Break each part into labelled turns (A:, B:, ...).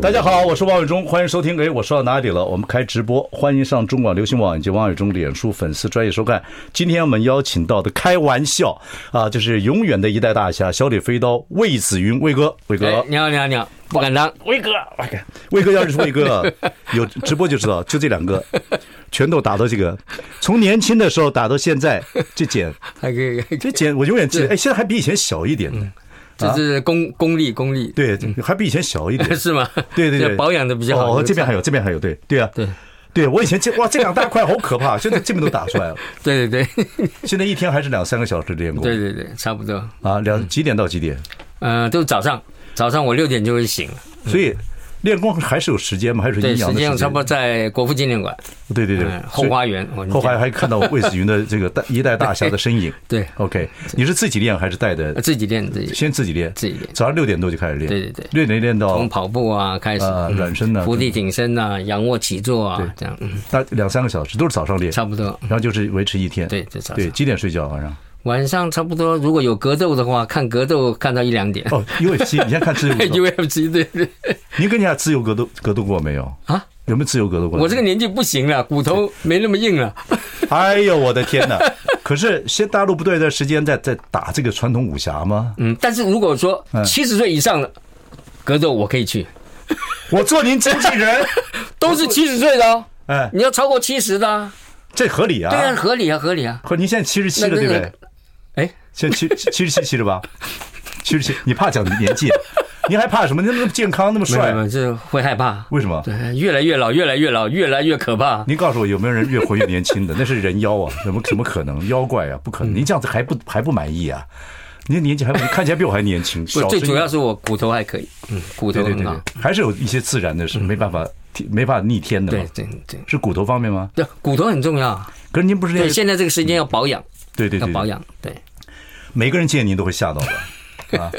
A: 大家好，我是王伟忠，欢迎收听。哎，我说到哪里了？我们开直播，欢迎上中广流行网以及王伟忠脸书粉丝专业收看。今天我们邀请到的，开玩笑啊，就是永远的一代大侠小李飞刀魏子云魏哥，魏哥
B: 哎，，你好，你好，你好，不敢当，
A: 魏哥，魏哥， 魏哥要是魏哥啊，有直播就知道，就这两个，全都打到这个，从年轻的时候打到现在，这 减
B: 还可以，
A: 这减，我永远记得，哎，现在还比以前小一点呢，
B: 嗯这是功功力，功力，，
A: 啊对，还比以前小一点
B: 嗯是吗？
A: 对对
B: 这
A: 对，
B: 保养的比较
A: 哦，
B: 好。是不是
A: 这边还有，这边还有，对对啊，
B: 对
A: 对，我以前这哇，这两大块好可怕，现在这边都打出来了，
B: 对对对
A: 现在一天还是两三个小时的练功，
B: 对对对，差不多。
A: 啊，两几点到几点？
B: 嗯，都是早上，早上我六点就会醒了。
A: 所以练功还是有时间嘛，还是有
B: 嗯对，
A: 阴阳的
B: 时间
A: 时
B: 我差不多
A: 间，
B: 在国父纪念馆，
A: 对对对
B: 嗯，，后
A: 所以
B: 花园。我跟你
A: 后来
B: 讲
A: 还看到魏子云的这个大一代大侠的身 影。
B: 对
A: OK，你是自己练还是带的
B: 呃？自己练自己，
A: 先自己练，
B: 自己练
A: 早上六点多就开始练，
B: 对对对
A: 六点练到
B: 从跑步啊开始
A: 哦啊，软身呢
B: 伏地挺身啊，仰卧起坐啊，这样，嗯，
A: 大两三个小时，都是早上练，
B: 差不多。
A: 然后就是维持一天。
B: 对就早上
A: 对，几点睡觉啊晚上？
B: 晚上差不多，如果有格斗的话，看格斗看到一两点。
A: 哦，UFC，你先 看自由格斗，
B: UFC 对对
A: 您跟人家自由格斗格斗过没有？
B: 啊，
A: 有没有自由格斗过？
B: 我这个，年纪不行了，骨头没那么硬了。
A: 哎呦我的天哪！ 可是现在大陆不对的时间在在打这个传统武侠吗？
B: 嗯，但是如果说
A: 嗯
B: 七十岁以上的格斗，我可以去，
A: 我做您经纪人，
B: 都是七十岁的哦。
A: 哎，
B: 你要超过七十的、啊，
A: 这合理啊。
B: 对啊，合理啊，合理啊。
A: 和您现在七十七了，
B: 那
A: 对不
B: 那
A: 对
B: 个？哎，
A: 现在七七十七、七十八、七十七，你怕讲年纪？啊您还怕什么？您那么健康，那么
B: 没有
A: 帅
B: 没，有，这会害怕。
A: 为什么？
B: 对，越来越老，越来越老，越来越可怕。
A: 您告诉我，有没有人越活越年轻的？那是人妖啊，怎么怎么可能？妖怪啊，不
B: 嗯
A: 可能！您这样子还不还不满意啊？您年纪还不看起来比我还年轻，
B: 不，
A: 小
B: 最
A: 声
B: 主
A: 音
B: 要是我骨头还可以，嗯，骨头
A: 对对对
B: 很好
A: 对。，还是有一些自然的是没办法没办法逆天的
B: 对
A: 嘛，
B: 对对
A: 是骨头方面吗？
B: 对，骨头很重要。
A: 可是您不是
B: 对，
A: 练
B: 现在这个时间要保养，
A: 对对
B: 要
A: 对
B: 保
A: 对，
B: 养。对，
A: 每个人见您都会吓到 的啊，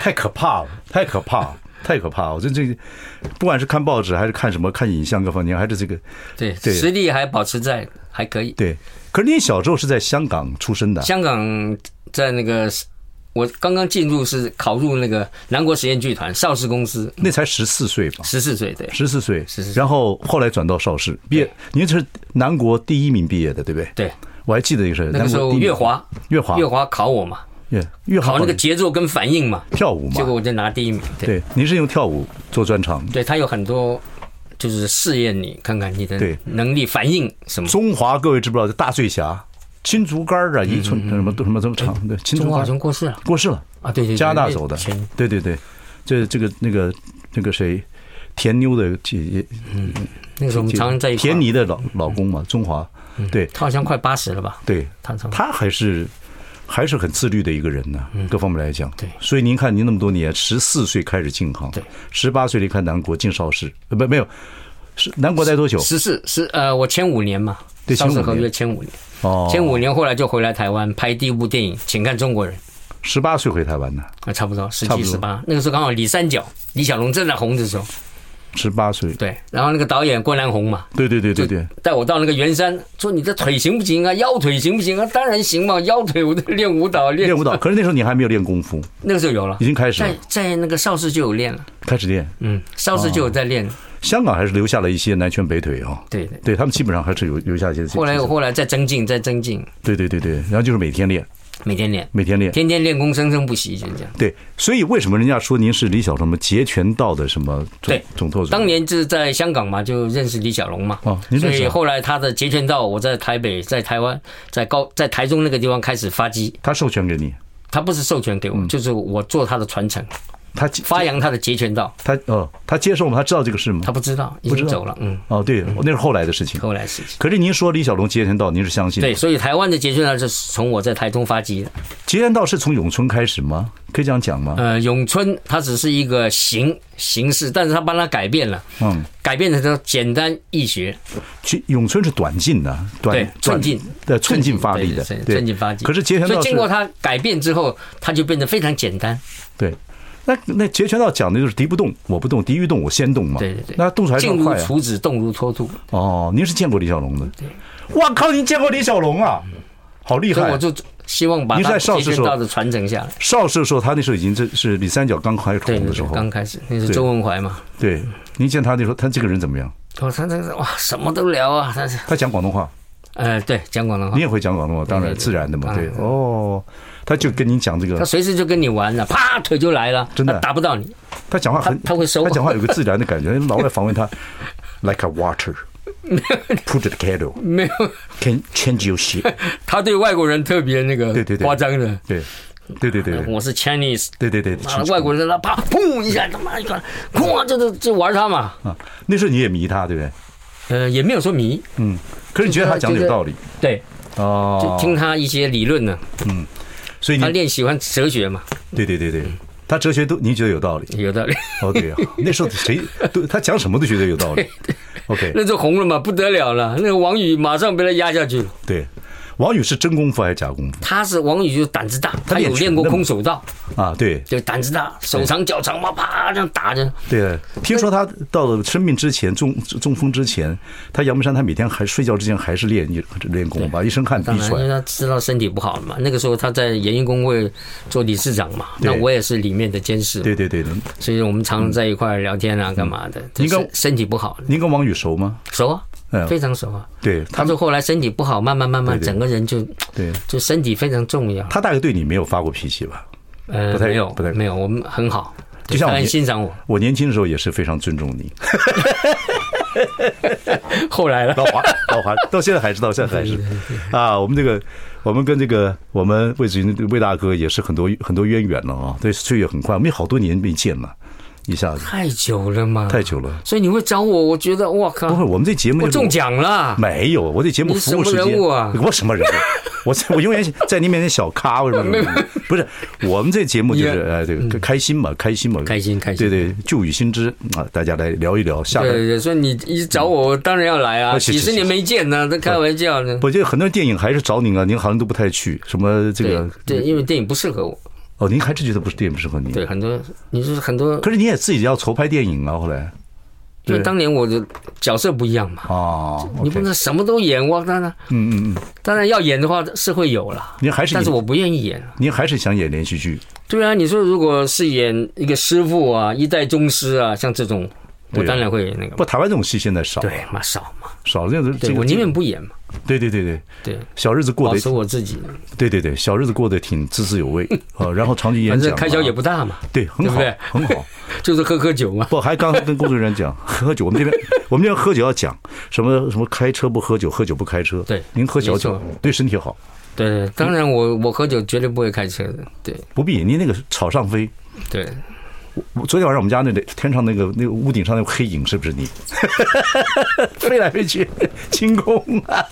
A: 太可怕了，太可怕了。太可怕了！我这这，不管是看报纸还是看什么看影像各方面，还是这个
B: 对，
A: 对
B: 实力还保持在，还可以。
A: 对。可是您小时候是在香港出生的，
B: 香港在那个，我刚刚进入是考入那个南国实验剧团邵氏公司，
A: 那才十四岁吧？
B: 十四岁对，
A: 十四岁
B: 14，岁
A: 然后后来转到邵氏毕业，您是南国第一名毕业的，对不对？
B: 对，
A: 我还记得一个事，
B: 那个时
A: 南
B: 候
A: 国第一名
B: 月华，
A: 月华
B: 月华考我嘛，
A: 月月华
B: 考那个节奏跟反应嘛，
A: 跳舞嘛，
B: 结果我就拿第一名。对，
A: 对，您是用跳舞做专场，
B: 对他有很多就是试验你，看看你的
A: 对
B: 能力反应什么。
A: 中华各位知不知道？这大醉侠、青竹竿啊，一寸什么什么什么长对，青
B: 中
A: 竹
B: 华好
A: 竿
B: 像过世了
A: 过世了，
B: 啊，对对，对
A: 加拿大走的
B: 全，
A: 对对对，这这个那个那个谁，田妞的姐姐，
B: 那个时候我们常常在一块
A: 田，妮的老老公嘛，中华，对
B: 他好像快八十了吧？
A: 对，
B: 他常
A: 他还是。还是很自律的一个人呢、各方面来讲。
B: 对
A: 所以您看，您那么多年，十四岁开始进行，
B: 对，
A: 十八岁离开南国进邵氏，呃不没有，是南国待多久？
B: 十四十呃，我签五年嘛，
A: 对签
B: 邵
A: 五
B: 氏合
A: 年
B: 约签五年，
A: 哦，
B: 签五年后来就回来台湾拍第一部电影《请看中国人》。
A: 十八岁回台湾呢，
B: 啊，差不多十
A: 差不
B: 七
A: 多
B: 十八，那个时候刚好李三角、李小龙正在红的时候，
A: 十八岁，
B: 对。然后那个导演郭南红嘛，
A: 对对对对对，
B: 带我到那个圆山，说你的腿行不行啊？腰腿行不行啊？当然行嘛， 腰腿我在练舞蹈，练
A: 练舞蹈。可是那时候你还没有练功夫，
B: 那个时候有了
A: 已，经开始
B: 在
A: 了，
B: 在那个邵氏就有练了，
A: 开始练。
B: 嗯，邵氏
A: 哦
B: 就有在练，
A: 香港还是留下了一些南拳北腿啊，
B: 对对。
A: 对他们基本上还是有留下一些。
B: 后来后来再增进，再增进，
A: 对对对对，然后就是每天练，
B: 每天练，
A: 每天练。
B: 天天练功，生生不息，就这样。
A: 对，所以为什么人家说您是李小什么截拳道的什么总
B: 对
A: 总拓主？
B: 当年就是在香港嘛，就认识李小龙嘛，
A: 哦您
B: 所
A: 认识啊
B: 以后来他的截拳道，我在台北、在台湾、在高、在台中那个地方开始发迹，
A: 他授权给你，嗯
B: 他不是授权给我，就是我做他的传承。
A: 他
B: 发扬他的截拳道，
A: 他哦，他接受吗？他知道这个事吗
B: 他？不知道，已
A: 不知
B: 经
A: 道
B: 走了，嗯，
A: 哦，对，那是后来的事情。
B: 后来事情。
A: 可是您说李小龙截拳道，您是相信的？
B: 对，所以台湾的截拳道是从我在台中发迹的。
A: 截拳道是从咏春开始吗？可以这样讲吗？
B: 呃，咏春它只是一个形形式，但是它帮它改变了，
A: 嗯，
B: 改变成简单易学，
A: 其咏春是短劲的，
B: 对
A: 短，
B: 寸进，
A: 对寸进发力的
B: 对，对
A: 对
B: 寸进发力。
A: 可是截拳
B: 所以
A: 道是
B: 经过它改变之后，它就变得非常简单。
A: 对。那那截拳道讲的就是敌不动我不动，敌欲动我先动嘛。
B: 对对对，
A: 那动手还是
B: 静
A: 很
B: 如
A: 快啊。
B: 处子，动如脱兔。
A: 哦，您是见过李小龙的？哇靠，您见过李小龙啊？好厉
B: 所以
A: 害
B: 我！就希望把
A: 您在
B: 它
A: 邵
B: 截
A: 氏
B: 拳
A: 时候
B: 道的传承下来。
A: 邵氏的时候，他那时候已经这是李三角刚开始
B: 对
A: 红
B: 对
A: 的时
B: 对，
A: 候。
B: 刚开始那是
A: 对
B: 周文怀嘛，
A: 对，您见他那时候，他这个人怎么样？
B: 我他这个哇什么都聊啊，他是
A: 他讲广东话，
B: 呃对讲广东话
A: 你，也会讲广东话，当然
B: 对对
A: 自然的嘛。
B: 当
A: 对
B: 然，
A: 哦，他就跟您讲这
B: 他
A: 个，
B: 随时就跟你玩了，啪腿就来了，
A: 真的
B: 他打不到你，
A: 他讲话很，
B: 他他会收
A: 他讲话有个自然的 感觉，老外访问他，like a water。Put the kettle,
B: 没有。
A: can change your shape
B: 他对外国人特别那个
A: 对对对
B: 夸张的。
A: 对。对对对对
B: 我是 Chinese，
A: 对对对对
B: 妈的啊外国人他啪砰一下，他妈一个，哐就就就玩他嘛。
A: 啊！那时候你也迷他，对不对？
B: 呃，也没有说迷，
A: 嗯，可是你觉得他讲的有道理
B: 对，就
A: 哦，
B: 听他一些理论呢。
A: 所以
B: 他
A: 你
B: 练喜欢哲学嘛，
A: 对对对对，他哲学都您觉得有道 理
B: 有道理。
A: 哦，对啊，那时候谁都他讲什么都觉得有道理。OK，
B: 那就红了嘛，不得了了。那个王宇马上被他压下去。
A: 对，王宇是真功夫还是假功夫
B: 他是王宇就胆子大，
A: 他
B: 他
A: 练
B: 有练
A: 拳
B: 过
A: 的嘛
B: 空手道，
A: 啊？对
B: 就胆子大，手长脚长嘛，啪这样打着。
A: 对，听说他到了生病之前，中中风之前，他杨梅山他每天还睡觉之前还是练练功，把一身汗逼
B: 当然，
A: 出
B: 因为
A: 来。
B: 他知道身体不好了嘛。那个时候他在演艺工会做理事长嘛，那
A: 对
B: 我也是里面的监事嘛。
A: 对对对，您
B: 所以我们常常在一块儿聊天啊，干嘛的？
A: 应该
B: 就是身体不好，
A: 您跟王宇熟吗？
B: 熟啊
A: 嗯，
B: 非常熟啊。
A: 对，
B: 他
A: 他
B: 说后来身体不好，慢慢慢慢，
A: 对对
B: 整个人就
A: 对
B: 就身体非常重要。
A: 他大概对你没有发过脾气吧？
B: 呃
A: 不，太
B: 没有
A: 不太
B: 没有，我们很好，
A: 就像
B: 他
A: 我
B: 很
A: 们
B: 欣赏我。
A: 我年轻的时候也是非常尊重 你，
B: 后来了，
A: 老华，老华，到现在还是，到现在还是，啊，我们这个，我们跟这个，我们魏子云魏大哥也是很多很多渊源了啊，对，岁月很快，我们也好多年没见了，一下子
B: 太久了嘛，
A: 太久了。
B: 所以你会找我，我觉得我
A: 不会，
B: 靠，
A: 我们这节目
B: 我中奖了。
A: 没有，我这节目
B: 你
A: 服务
B: 什
A: 时
B: 么
A: 间，
B: 人物啊
A: 我什么 人物？我在我永远在您面前小咖，为什么？不是，我们这节目就是
B: 你嗯
A: 哎，这个开心嘛，开心嘛，
B: 开心开
A: 对
B: 心
A: 对，旧雨新知啊，大家来聊一聊。下
B: 对
A: 边
B: 对，所以你一找我，我当然要来啊！
A: 啊是是
B: 几十年没见呢，这开玩笑呢。
A: 我觉得很多电影还是找您啊，您好像都不太去，什么这
B: 对
A: 个嗯
B: 对，因为电影不适合我。
A: 哦，您还是觉得不是电影不适合您？
B: 对，很多你说很多，
A: 嗯可是你也自己要筹拍电影啊，后来
B: 因
A: 对
B: 为当年我的角色不一样嘛。
A: 哦
B: 你不
A: OK
B: 能什么都演，我当然，嗯嗯嗯，当然要演的话是会有啦，
A: 您还是
B: 但是
A: 你
B: 我不愿意演。
A: 您还是想演连续剧，
B: 对啊，你说如果是演一个师傅啊，一代宗师啊，像这种，我
A: 对
B: 当然会那个嘛，
A: 不，台湾这种戏现在少，
B: 对嘛，少嘛，
A: 少这样子，这
B: 对
A: 个
B: 我宁愿不演嘛，
A: 对对对对，
B: 对，
A: 小日子过
B: 保
A: 得
B: 持我自己，
A: 对对对，小日子过得挺滋滋有 味啊，然后长期演
B: 反
A: 讲啊，
B: 正开销也不大嘛，
A: 对，很好
B: 对，
A: 很好。
B: 就是喝喝酒嘛。
A: 不，还刚才跟工作人员讲喝酒，我们这 边我们这边喝酒要讲什么什么开车不喝酒，喝酒不开车。
B: 对
A: 您喝小酒
B: 没错
A: 对身体好，
B: 对对，当然我我喝酒绝对不会开车的，对
A: 不必您那个草上飞。
B: 对，
A: 我昨天晚上我们家那天上那个那个屋顶上那个黑影是不是 你？飞来飞去，清空 啊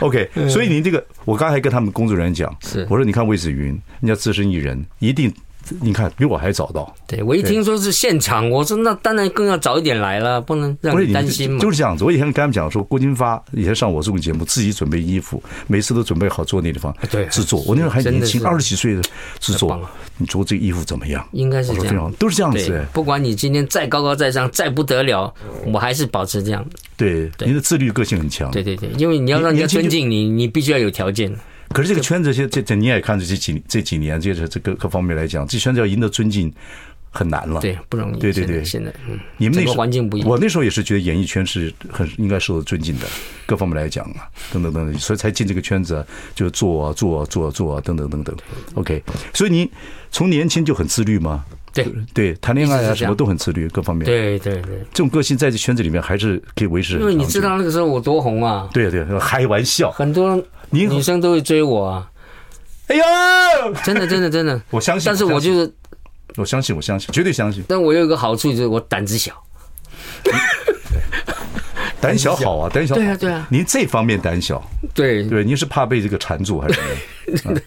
A: ！OK，所以您这个，我刚才跟他们工作人员讲，
B: 嗯是
A: 我说你看魏子云，人家资深艺人，一定你看比我还早到，
B: 对我一听说是现场，我说那当然更要早一点来了，不能
A: 不
B: 让
A: 是
B: 你
A: 你
B: 担心嘛
A: 就。是这样子。我以前跟他们讲说，郭金发以前上我综艺节目，自己准备衣服，每次都准备好坐那地方，
B: 哎对
A: 制作。我那时候还
B: 真的
A: 年轻，
B: 是
A: 二十几岁的制
B: 太
A: 作
B: 棒了，
A: 你说这个衣服怎么样？
B: 应该是
A: 我说
B: 这
A: 非
B: 样
A: 常，都是这样子
B: 对
A: 哎。，
B: 不管你今天再高高在上，再不得了，我还是保持这样。
A: 对，您的自律个性很强。
B: 对对对，因为你要让人家尊敬你，你必须要有条件。
A: 可是这个圈子，这这这你也看着这几这几年，这这这各各方面来讲，这圈子要赢得尊敬很难了。
B: 对，不容易。
A: 对对对
B: 现在现在嗯，
A: 你们那
B: 整
A: 时
B: 个
A: 候
B: 环境不一样。
A: 我那时候也是觉得演艺圈是很应该受到尊敬的，各方面来讲啊，等等等等，所以才进这个圈子啊，就做啊做啊做啊做啊等等等等。OK，所以你从年轻就很自律吗？
B: 对
A: 对，谈恋爱
B: 一直
A: 啊
B: 是这
A: 什
B: 样
A: 么都很自律，各方面。，
B: 对对对，
A: 这种个性在这圈子里面还是可以维持。
B: 因为你知，道那个时候我多红啊，
A: 对对，开玩笑。
B: 很多
A: 你
B: 女生都会追我啊，
A: 哎呦，。
B: 真的真的真的
A: 我相信，
B: 但是我
A: 相信
B: 就是
A: 我相信，我相信，绝对相信。
B: 但我有一个好处就是我胆子小，
A: 胆小好啊，胆小好。
B: 对啊对啊
A: 您这方面胆小，
B: 对，
A: 对，您是怕被这个缠住还是什么？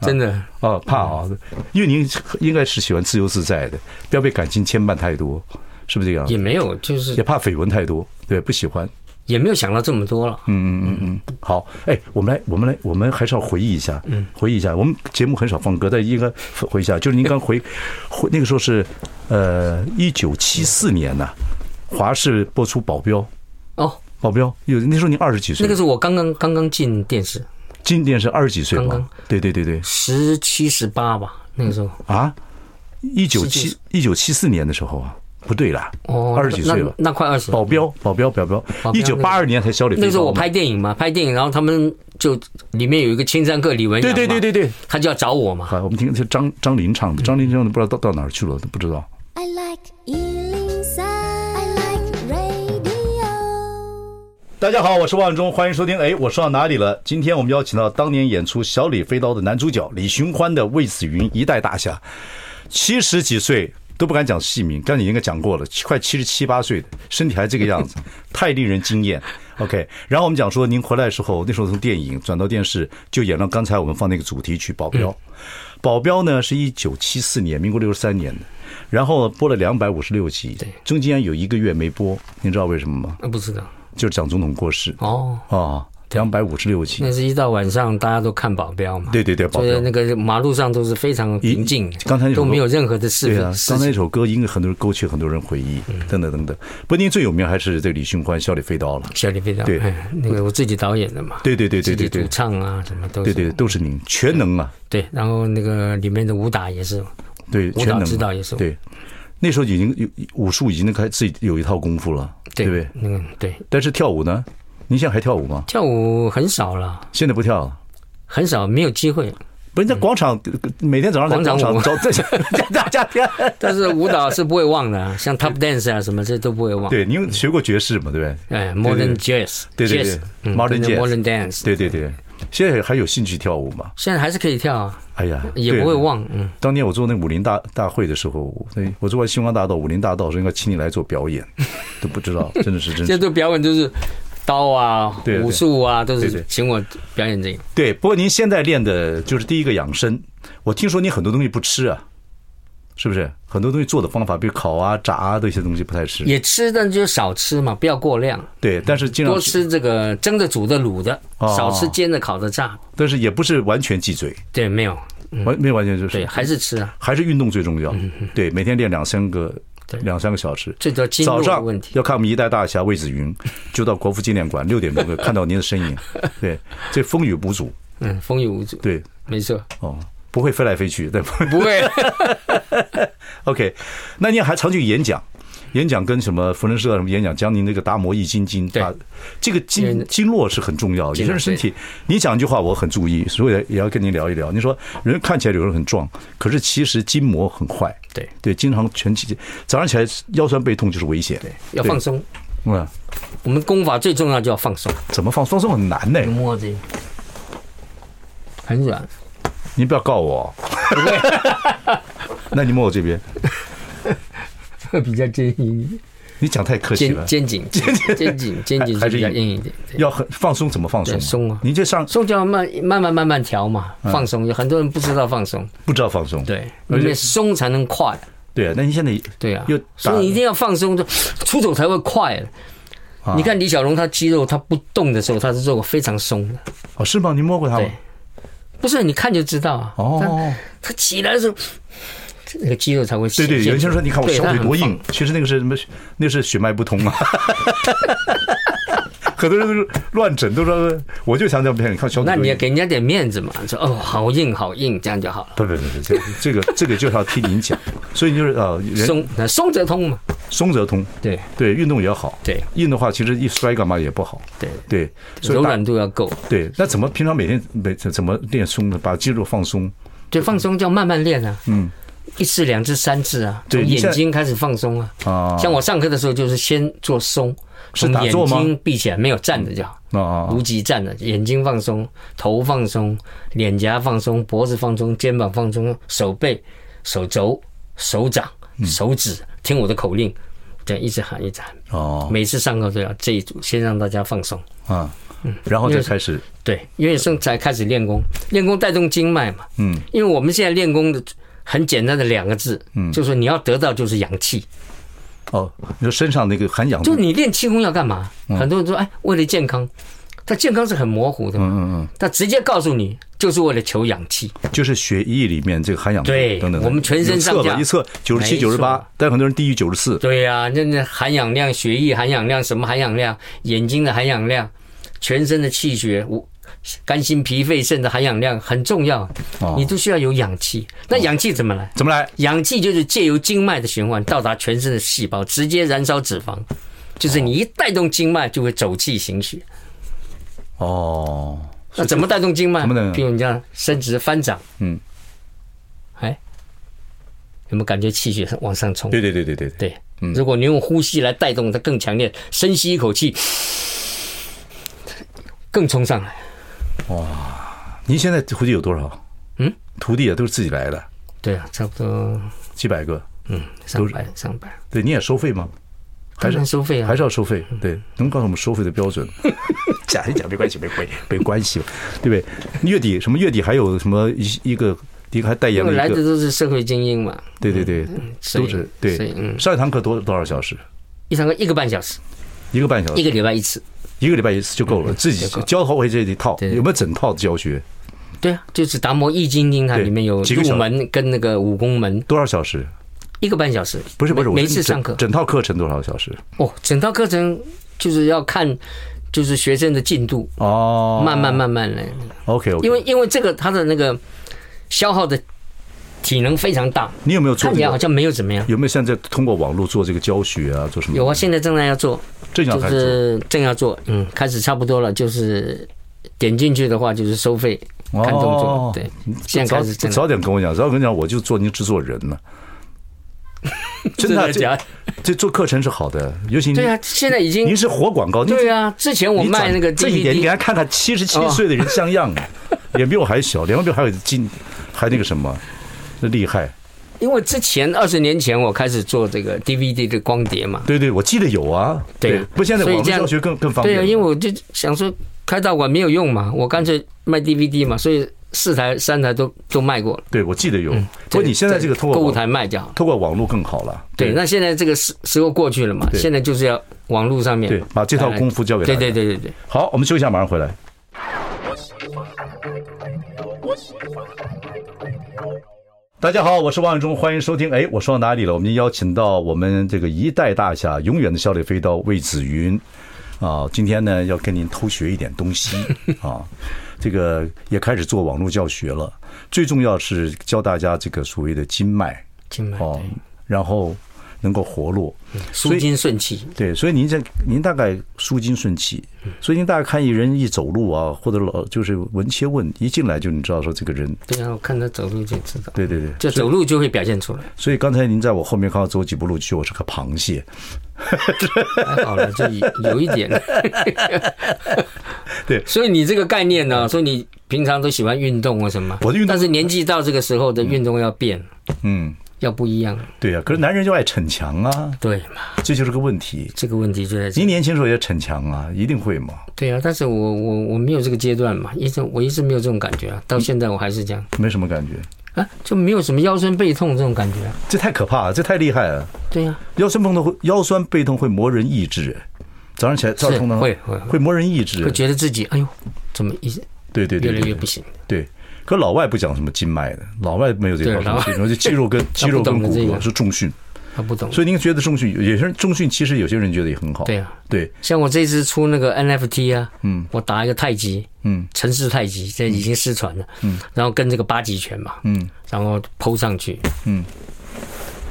B: 真的。
A: 啊，怕啊，因为您应该是喜欢自由自在的，不要被感情牵绊太多，是不是这样？
B: 也没有，就是
A: 也怕绯闻太多，对，不喜欢。
B: 也没有想到这么多了。
A: 嗯好，哎，我们来，我们来，我们还是要回忆一下，嗯，回忆一下。我们节目很少放歌，但应该回忆一下。就是您刚回，回那个时候是，呃，一九七四年呐、华视播出《保镖》，
B: 哦，
A: 保镖有那时候您二十几岁，
B: 那个时候我刚刚刚刚进电视，
A: 今年是二十几岁
B: 刚
A: 吧
B: 刚？
A: 对对对对，
B: 十七十八吧，那个时候。
A: 啊，一九七一九七四年的时候啊，不对啦，
B: 哦，
A: 二十几岁吧。
B: 那那快二十。
A: 保镖，保镖，保镖，
B: 保镖
A: 一九八二年才小李飞
B: 那时候
A: 刀
B: 我
A: 嘛
B: 拍电影嘛，拍电影，然后他们就里面有一个青山客李文
A: 对
B: 阳，
A: 对对，对对，
B: 他就要找我嘛。
A: 好，我们听是张张琳唱的，张琳唱的不知道到到哪儿去了，都不知道。
C: I like Ealing Sound. I like radio.
A: 大家好，我是万忠，欢迎收听。哎，我说到哪里了？今天我们邀请到当年演出《小李飞刀》的男主角李寻欢的魏子云一代大侠，七十几岁都不敢讲戏名，刚才已经应该讲过了，快七十七八岁的身体还这个样子，太令人惊艳。OK，然后我们讲说您回来的时候，那时候从电影转到电视，就演了刚才我们放那个主题曲《保镖》。保镖呢是一九七四年，民国六十三年的，然后播了两百五十六集，中间有一个月没播，您知道为什么吗？
B: 呃不知道
A: 就是蒋总统过世。
B: 哦，
A: 啊，两百五十六集
B: 那，是一到晚上大家都看保镖嘛。
A: 对对对，保
B: 所以
A: 镖。
B: 那个马路上都是非常平静，
A: 刚才有
B: 都没有任何的事
A: 对啊，
B: 事
A: 刚才
B: 情。
A: 那首歌应该很多人勾起很多人回忆，等等等等。不，您最有名还是这个李寻欢《笑里飞刀》了。
B: 小李飞刀，
A: 对
B: 哎那个我自己导演的嘛，
A: 对对对对对
B: 自己
A: 对
B: 主唱啊，什么都
A: 对
B: 是
A: 对，都是您全能啊，
B: 对。然后那个里面的武打也是，
A: 对
B: 舞
A: 全
B: 蹈
A: 能。
B: 指导也是，
A: 对，那时候已经有武术已经开自己有一套功夫了，对
B: 对
A: 不对？
B: 那个对，
A: 但是跳舞呢？您现在还跳舞吗？
B: 跳舞很少了，
A: 现在不跳了。
B: 很少，没有机会。
A: 不是在广场，每天早上在广
B: 广场
A: 场
B: 舞
A: 找大家跳。
B: 但是舞蹈是不会忘的 啊，像 Top Dance 啊什么这都不会忘。
A: 对，您学过爵士嘛？对不对？
B: 哎
A: 对对
B: ，Modern Jazz，
A: 对对对
B: jazz，嗯
A: Modern
B: 对
A: jazz
B: Modern Dance，
A: 对对对，现在还有兴趣跳舞吗？
B: 现在还是可以跳啊，
A: 哎呀，
B: 也
A: 对
B: 不会忘。嗯，
A: 当年我做那武林大大会的时候，我那我做完星光大道、武林大道的时候，应该请你来做表演，都不知道，真的是 真
B: 现在
A: 是。
B: 都表演都是刀啊
A: 对、对
B: 武术啊，都
A: 对
B: 是
A: 对
B: 请我表演这个。
A: 对，不过您现在练的就是第一个养生，我听说你很多东西不吃啊，是不是？很多东西做的方法，比如烤啊、炸啊这些东西不太吃。
B: 也吃，但就少吃嘛，不要过量，
A: 对，但是尽量
B: 多，吃这个蒸的、煮的、卤的，
A: 哦
B: 少吃煎的、烤的、炸。
A: 但是也不是完全忌嘴，
B: 对，没有，
A: 完没有完全就是
B: 对，还是吃啊，
A: 还是运动最重要。对，每天练两三个
B: 对
A: 两三个小时。
B: 这叫经
A: 早
B: 络的
A: 上
B: 问题。
A: 要看我们一代大侠魏子云， 就到国父纪念馆六点钟会看到您的身 影。对，这风雨无阻。
B: 嗯，风雨无阻，
A: 对，
B: 没错，
A: 哦，不会飞来飞去，对 吧
B: 不会。
A: ？OK，那您还常去演讲，演讲跟什么福伦社什么演讲，讲您那个达摩易筋经，
B: 对
A: 啊，这个经
B: 演
A: 经络是很重要，有些人身体，你讲一句话我很注意，所以也要跟您聊一聊。你说人看起来有人很壮，可是其实筋膜很坏，
B: 对，
A: 对，经常全起早上起来腰酸背痛就是危险，对，
B: 要放松。
A: 嗯，
B: 我们功法最重要就要放松，
A: 怎么放松松很难呢？
B: 摸这个，很软。
A: 您不要告 我，那你摸我这边，
B: 比较坚硬一点，
A: 你讲太客气了
B: 肩。肩颈、肩颈、肩颈
A: 还
B: 是
A: 是
B: 比较
A: 硬
B: 硬一点。对
A: 要很放松，怎么放松？
B: 对松啊
A: 您这上
B: 松就要慢慢慢慢慢调嘛，放松。有很多人不知道放松，
A: 不知道放松，
B: 对，
A: 嗯而且
B: 因为松才能快。啊
A: 对，那您现在
B: 对啊
A: 又，打
B: 所以一定要放松，就出手才会快。
A: 啊
B: 你看李小龙，他肌肉他不动的时候，他是做个非常松的，
A: 哦是吗？您摸过它吗
B: 对？不是你看就知道啊。他，
A: 哦，
B: 他起来的时候，那个肌肉才会显
A: 对
B: 现出
A: 对，
B: 来。
A: 有些人说你看我
B: 对
A: 小腿多，
B: 他
A: 硬
B: 很，
A: 其实那个是什么？那是血脉不通啊。 很多人都是乱整，都说我就想这样骗你看小
B: 放
A: 腿
B: 那
A: 多硬。
B: 你也给人家点面子嘛，说哦，好硬好硬，这样就好了。
A: 不不不不，这这个这个就是要听您 讲，所以你就是呃，人
B: 松，那松则通嘛。
A: 松则通，
B: 对
A: 对运动也好，
B: 对
A: 硬的话其实一摔干嘛也不好，
B: 对，
A: 对，所
B: 柔
A: 以大
B: 软度要够。
A: 对，那怎么平常每天每怎么练松呢？把肌肉放松，
B: 对，放松叫慢慢练啊。
A: 嗯，
B: 一次、两次、三次啊，
A: 对
B: 从
A: 你现在
B: 眼睛开始放松啊。
A: 啊
B: 像我上课的时候，就是先做松，
A: 是
B: 从
A: 打
B: 眼
A: 坐吗
B: 睛闭起来，没有站着就好，
A: 啊啊啊
B: 无极站着，眼睛放松，头放松，脸颊放松，脖子放松，肩膀放松，手背、手肘手掌、
A: 嗯
B: 手指，听我的口令，这样一直喊一直喊。
A: 哦，
B: 每次上课都要这一组，先让大家放松。
A: 啊，然后
B: 因
A: 再
B: 为
A: 开始，
B: 对，因为正才开始练功，练功带动经脉嘛。
A: 嗯，
B: 因为我们现在练功的很简单的两个字，嗯，就是说你要得到就是阳气。
A: 哦，你说身上那个涵养的，
B: 就你练气功要干嘛？
A: 嗯
B: 很多人说，哎，为了健康，但健康是很模糊的嘛。
A: 嗯嗯
B: 他直接告诉你，就是为了求氧气。
A: 嗯，就是血液里面这个涵养
B: 对
A: 等等的，
B: 我们全身上下
A: 有测了一测九十七、
B: 没
A: 九
B: 错
A: 十八，但很多人低于九十四，
B: 对呀、那那含氧量、血液含氧量、什么含氧量、眼睛的含氧量、全身的气血、五肝、心、脾、肺、肾的含氧量很重要
A: 哦，
B: 你都需要有氧气。那氧气怎么来？
A: 怎么来？
B: 氧气就是借由经脉的循环到达全身的细胞，直接燃烧脂肪。就是你一带动经脉，就会走气行血。
A: 哦，
B: 那怎么带动经脉？
A: 怎么带动
B: 比如你这样伸直翻掌，
A: 嗯，
B: 哎，有没有感觉气血往上冲？
A: 对嗯对对对对对，
B: 对，如果你用呼吸来带动，它更强烈。深吸一口气，更冲上来。
A: 您现在徒弟有多少？
B: 嗯，
A: 徒弟啊，都是自己来的，
B: 对啊，差不多，
A: 几百个。
B: 嗯，上百上百，
A: 对，你也收费吗？还是
B: 当然收费啊
A: 还是要收费？对，能告诉我们收费的标 准？讲一讲没关系，没关系，没关系吧，对不对？月底什么月底还有什么一一个一个还代言
B: 因
A: 了
B: 为来
A: 一
B: 的
A: 个，
B: 都是社会精英嘛，
A: 对对对，
B: 所以
A: 都是
B: 所以
A: 对。
B: 嗯，
A: 上一堂课多多少小时？
B: 一堂课一个半小时，
A: 一个半小
B: 一
A: 时，
B: 个礼拜一次。
A: 一个礼拜一次就够了。自己
B: 就够
A: 教好会这一套，
B: 对对
A: 有没有整套的教学？
B: 对啊，就是《达摩易经》经它
A: 对
B: 里面有
A: 几个小
B: 入门跟那个武功门，
A: 多少小时？
B: 一个半小时。
A: 不是不是，
B: 每
A: 我
B: 每
A: 是
B: 次上
A: 整
B: 课
A: 整套课程多少小时？
B: 哦，整套课程就是要看，就是学生的进度，
A: 哦，
B: 慢慢慢慢来。
A: OK OK。
B: 因为因为这个它的那个消耗的体能非常大，
A: 你有没有做
B: 看
A: 这
B: 起来好
A: 个？
B: 像没有怎么样。
A: 有没有现在通过网络做这个教学啊？做什么？
B: 有啊，现在正在要做，
A: 正想
B: 就
A: 开始做。
B: 是正要做，嗯，开始差不多了，就是点进去的话就是收费看动
A: 哦
B: 作，对，现在
A: 早
B: 开始正
A: 早点跟我讲，早点跟我讲，我就做您制作人呢。真的，
B: 真
A: 这
B: 假的？
A: 这做课程是好的，尤其您
B: 对啊，现在已
A: 您
B: 经
A: 是活广告，您
B: 对啊，之前我
A: 你
B: 卖
A: 长
B: 那个
A: 这一点，你给
B: DVD，
A: 他看看，七十七
B: 哦
A: 岁的人像样 啊，脸比我还小，脸比我还有金，还那个什么，厉害。
B: 因为之前二十年前我开始做这个 DVD 的光碟嘛，
A: 对对，我记得有啊。
B: 对啊
A: 不，现在
B: 所以
A: 网络
B: 这样
A: 教学更更方便
B: 对
A: 了。
B: 啊，因为我就想说开道馆没有用嘛，我干脆卖 DVD 嘛，所以四台三台都都卖过了。
A: 对我记得有。不过你现在这个通
B: 嗯购
A: 过
B: 物
A: 网
B: 台卖就好了。
A: 通过网络更好了。
B: 对，那现在这个时时候过去了嘛，
A: 对
B: 现在就是要网络上面
A: 对，把这套功夫交给他。
B: 对对对对对，
A: 好，我们休息一下，马上回来。大家好，我是王永忠，欢迎收听。哎，我说到哪里了？我们邀请到我们这个一代大侠，永远的笑里飞刀魏子云啊，今天呢要跟您偷学一点东西啊，这个也开始做网络教学了。最重要是教大家这个所谓的经脉
B: 经脉
A: 哦，然后能够活络。所
B: 舒
A: 以
B: 筋顺气，
A: 对，所以您这您大概舒筋顺气，所以您大概看一人一走路啊，或者老就是闻切问，一进来就你知道说这个人，
B: 对啊，我看他走路就知道，
A: 对对对，
B: 就走路就会表现出来。
A: 所以刚才您在我后面看到走几步路去，我是个螃蟹，
B: 还好了，就 有一点。
A: 对
B: 所以你这个概念呢，说你平常都喜欢运动或什么，
A: 我的运动
B: 但是年纪到这个时候的运动要变，
A: 嗯，
B: 要不一样。
A: 对呀、可是男人就爱逞强啊，
B: 对嘛，
A: 这就是个问题。
B: 这个问题就在这
A: 您。年轻时候也逞强啊，一定会嘛，
B: 对啊，但是我我我没有这个阶段嘛，一直我一直没有这种感觉啊，到现在我还是这样
A: 没什么感觉，
B: 啊，就没有什么腰酸背痛这种感觉啊。
A: 这太可怕了，这太厉害了，
B: 对啊，
A: 腰酸背痛会腰酸背痛会磨人意志，早上起来早上痛的话
B: 会会
A: 会磨人意志
B: 会，觉得自己哎呦，怎么一直
A: 对对对对
B: 越来
A: 对
B: 越不行？
A: 对，可老外不讲什么筋脉的，老外没有这
B: 对
A: 套
B: 老
A: 东
B: 外
A: 西，然后就肌肉 跟肌肉跟
B: 懂得
A: 骨
B: 这
A: 骼
B: 个
A: 是重训，
B: 他不懂。
A: 所以您觉得重训，有些人重训其实有些人觉得也很好，
B: 对啊，
A: 对，
B: 像我这次出那个 NFT 啊，嗯，我打一个太极，
A: 嗯，
B: 陈氏太极，这已经失传了，嗯，然后跟这个八极拳嘛，
A: 嗯，
B: 然后抛上去，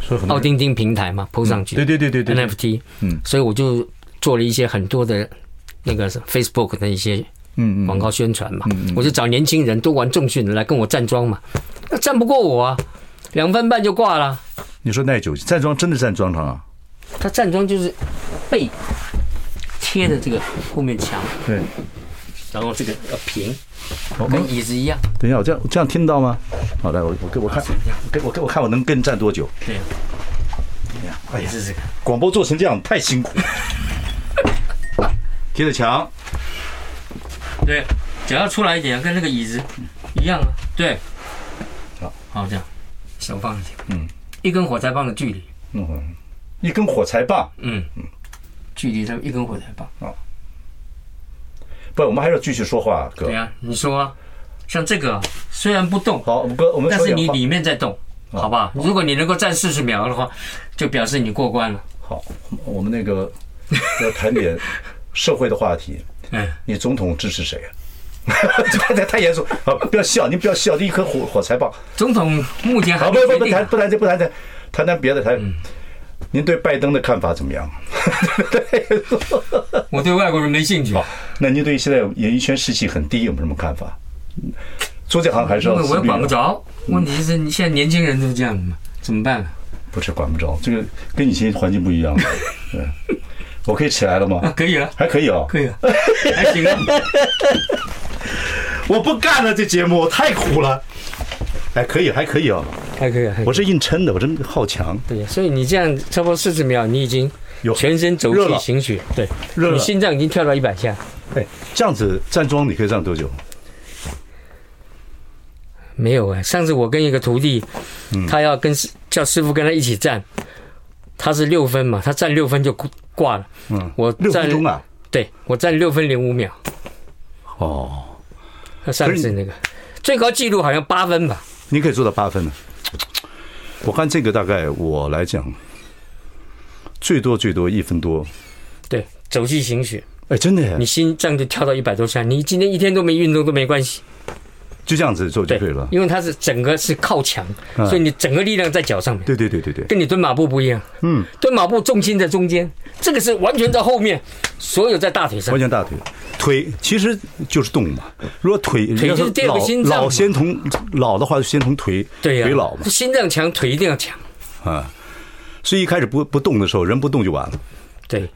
A: 所以很多
B: 奥
A: 人
B: 丁丁平台嘛，抛上去，
A: 嗯对对对对对对
B: NFT，
A: 嗯，
B: 所以我就做了一些很多的那个 Facebook 的一些
A: 嗯
B: 广告宣传嘛，我就找年轻人都玩重训的来跟我站桩嘛，那站不过我啊，两分半就挂了。
A: 你说耐久站桩真的站桩上啊？
B: 他站桩就是背贴着这个后面墙，
A: 对，
B: 然后这个要平，
A: 我
B: 跟椅子一样。
A: 等一下，我这样我这样听得到吗？好，来，我我给我看，给我给我看我能跟站多久？
B: 对，
A: 哎呀，哎呀，
B: 是这个。
A: 广播做成这样太辛苦 了。贴着墙，
B: 对，脚要出来一点，跟那个椅子一样啊。对，
A: 好，
B: 好这样，手放一点，
A: 嗯，
B: 一根火柴棒的距离，
A: 嗯，一根火柴棒，
B: 嗯，距离它一根火柴棒。
A: 不，我们还是要继续说话，哥
B: 对。啊，你说啊，像这个啊虽然不动，
A: 好，哥，我们
B: 但
A: 说
B: 是
A: 点
B: 你
A: 话。
B: 里面在动，好不好？如果你能够站四十秒的话，就表示你过关了。
A: 好，我们那个要谈点社会的话题。
B: 嗯，
A: 你总统支持谁啊？ 太太太严肃，好，不要笑，你不要笑，这一颗火火柴棒。
B: 总统目前还
A: 好，
B: 没
A: 不
B: 决
A: 不不
B: 定
A: 谈
B: 啊。
A: 不谈这不谈这，谈谈别的谈。您对拜登的看法怎么样？
B: 我对外国人没兴趣，
A: 那您对现在演艺圈士气很低有没有什么看法？做这行还是
B: 因
A: 要
B: 为
A: 自
B: 我也
A: 律啊
B: 管不
A: 的，
B: 着。
A: 嗯
B: 问题是，你现在年轻人都这样嘛，怎么办啊？
A: 不是管不着，这个跟以前环境不一样。对，我可以起来了吗？
B: 啊，可以啊，
A: 还可以哦。
B: 可以啊，还行啊。
A: 我不干了，这节目太苦了。哎，可以，还可以哦。
B: 还可以，还可以。
A: 我是硬撑的，我真好强。
B: 对呀，所以你这样差不多四十秒，你已经
A: 有
B: 全身走
A: 热了
B: 气行血，对，
A: 热了
B: 你心脏已经跳到一百下，
A: 哎，这样子站桩你可以站多久？
B: 没有哎、上次我跟一个徒弟，
A: 嗯
B: 他要跟师叫师傅跟他一起站，他是六分嘛，他站六分就挂挂了，
A: 嗯，
B: 我
A: 六
B: 站
A: 分钟啊。
B: 对我站六分零五秒，
A: 哦，
B: 他上
A: 可是
B: 次
A: 你
B: 那个最高纪录好像八分吧，
A: 你可以做到八分呢。我看这个大概我来讲，最多最多一分多。
B: 对，走气行血，
A: 哎，真的耶
B: 你，心脏就跳到一百多下，你今天一天都没运动都没关系，
A: 就这样子做就
B: 对
A: 对了。
B: 因为它是整个是靠墙，
A: 嗯
B: 所以你整个力量在脚上面。
A: 对对对对对，
B: 跟你蹲马步不一样。
A: 嗯，
B: 蹲马步重心在中间，这个是完全在后面，所有在大腿上
A: 完。全大腿，腿其实就是动嘛。如果腿，
B: 腿就是第二个
A: 老
B: 心脏嘛
A: 老先从老的话，先从腿，
B: 对呀、
A: 腿老嘛，
B: 心脏强，腿一定要强。
A: 啊。所以一开始不不动的时候，人不动就完了。
B: 对，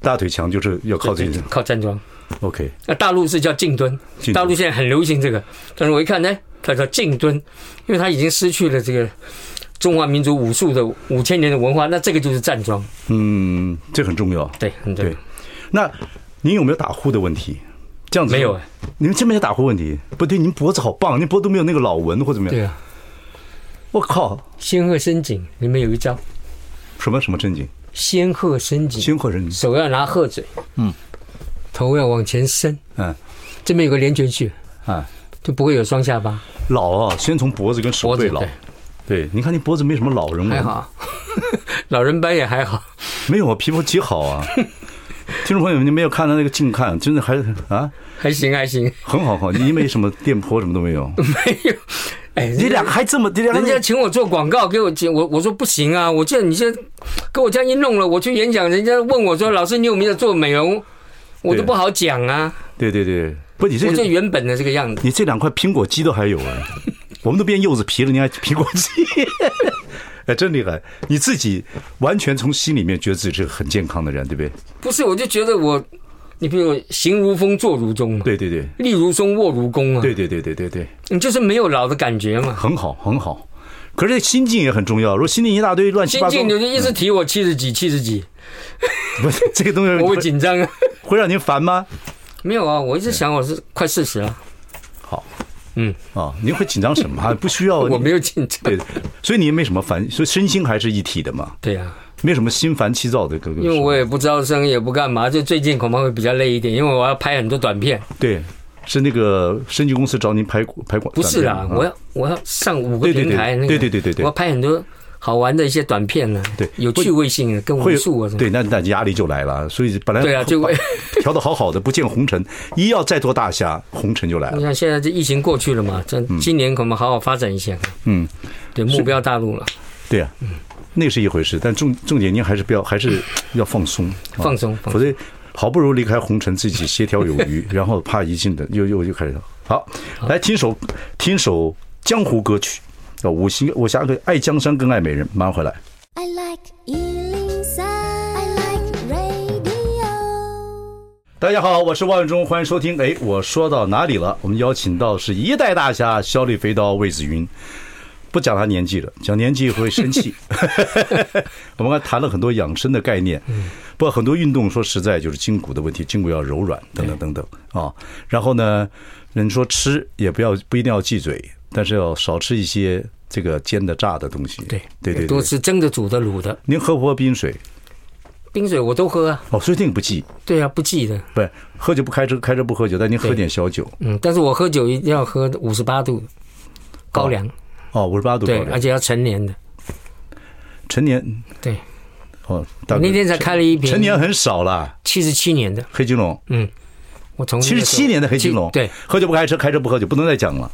A: 大腿强就是要靠这个。
B: 靠站桩。
A: OK，
B: 那大陆是叫静蹲，
A: 静蹲
B: 大陆现在很流行这个，但是我一看呢，它叫静蹲，因为它已经失去了这个中华民族武术的五千年的文化，那这个就是站桩。
A: 嗯，这很重要。
B: 对，很对
A: 对。那您有没有打呼的问题？这样子
B: 没有哎
A: 你们真没有打呼问题？不对，您脖子好棒，您脖子都没有那个老纹或怎么样。
B: 对啊，
A: 我靠，
B: 仙鹤伸颈里面有一招，
A: 什么什么正经，
B: 仙鹤伸颈，
A: 仙鹤人，
B: 手要拿鹤嘴，嗯，头要往前伸，
A: 嗯
B: 这边有个连泉穴，
A: 啊，
B: 就不会有双下巴。
A: 老啊，先从脖子跟手
B: 脖子
A: 背老
B: 对。
A: 对，你看你脖子没什么老人
B: 还
A: 纹，
B: 好， 老人斑也还好。
A: 没有啊，皮肤极好啊。听众朋友们，你没有看到那个近看，真的还啊，
B: 还行还行，
A: 很好好，你没什么电波，什么都没有。
B: 没有。 哎，
A: 你
B: 人家
A: 俩还这么，你俩
B: 人家请我做广告，给我我我说不行啊，我这你这给我这样一弄了，我去演讲，人家问我说老师你有没有做美容，我都
A: 对
B: 不好讲啊，
A: 对对对，不，你这
B: 我
A: 个
B: 这原本的这个样子。
A: 你这两块苹果肌都还有 哎，我们都变柚子皮了，你还苹果肌？ 哎，真厉害！你自己完全从心里面觉得自己是个很健康的人，对不对？
B: 不是，我就觉得我，你比如行如风，坐如钟嘛，
A: 对对对，
B: 立如松，卧如弓啊，
A: 对对对对对对，
B: 你就是没有老的感觉嘛。
A: 很好很好。可是心境也很重要，如果心境一大堆乱七
B: 心
A: 八嗯糟
B: 境，你就一直提我七十几，七十几，
A: 不是 这个东西
B: 我会
A: 会
B: 紧张啊。
A: 会让您烦吗？
B: 没有啊，我一直想我是快四十了，
A: 好，
B: 嗯
A: 啊，您会紧张什么？不需要，
B: 我没有紧张。
A: 哦对，所以你也没什么烦，所以身心还是一体的嘛，
B: 对呀、啊。
A: 没什么心烦气躁的。哥哥
B: 因为我也不招生，也不干嘛，就最近恐怕会比较累一点，因为我要拍很多短片。
A: 对，是那个生计公司找您拍拍广，
B: 不是啦
A: 短，片啊
B: 我要我要上五个
A: 对对对
B: 平台，那个
A: 对对对对对
B: 我要拍很多好玩的一些短片呢，
A: 对
B: 有趣味性的，跟武
A: 会
B: 术啊什么。
A: 对，那那压力就来了。所以本来
B: 对啊就会
A: 调的好好的，不见红尘， 一要再做大虾，红尘就来
B: 你
A: 了。
B: 看现在这疫情过去了嘛，这今年恐怕好好发展一下，
A: 嗯，
B: 对目标大陆了，
A: 对啊，那是一回事，但重重点您还是不要，还 是要放松，啊
B: 放松放
A: 否
B: 松。
A: 则好不容易离开红尘，自己协调有 余，然后怕一进的又又又开始好，来听首听首江湖歌曲。啊，我心我侠哥爱江山更爱美人，马上回来。
C: I like Ealing Sound. I like radio.
A: 大大家好，我是万忠，欢迎收听。哎，我说到哪里了？我们邀请到是一代大侠肖丽飞刀魏子云，不讲他年纪了，讲年纪会生 气。 我们刚才谈了很多养生的概念，
B: 嗯
A: 不过很多运动说实在就是筋骨的问题，筋骨要柔软等等等等
B: 嗯
A: 啊。然后呢，人说吃也不要不一定要忌嘴，但是要少吃一些这个煎的炸的东西。
B: 对
A: 对对
B: 多
A: 对，
B: 吃蒸的、煮的、卤的，
A: 您喝不喝冰水？
B: 冰水我都喝啊。
A: 哦，所以这个不忌，
B: 对啊，不忌的。
A: 不是喝酒不开车，开车不喝酒，但您喝
B: 对
A: 点小酒。
B: 嗯，但是我喝酒一定要喝五十八度高粱，
A: 哦，五十八度高
B: 对，而
A: 粱，
B: 且要成年的。
A: 陈年
B: 对，
A: 哦，大
B: 我
A: 哥
B: 那天才开了一瓶
A: 陈年很少啦，
B: 七十七年的，
A: 黑金龙，
B: 嗯，我从
A: 七十七年的黑金
B: 金
A: 龙，
B: 对，
A: 喝酒不开车，开车不喝酒，不能再讲 了，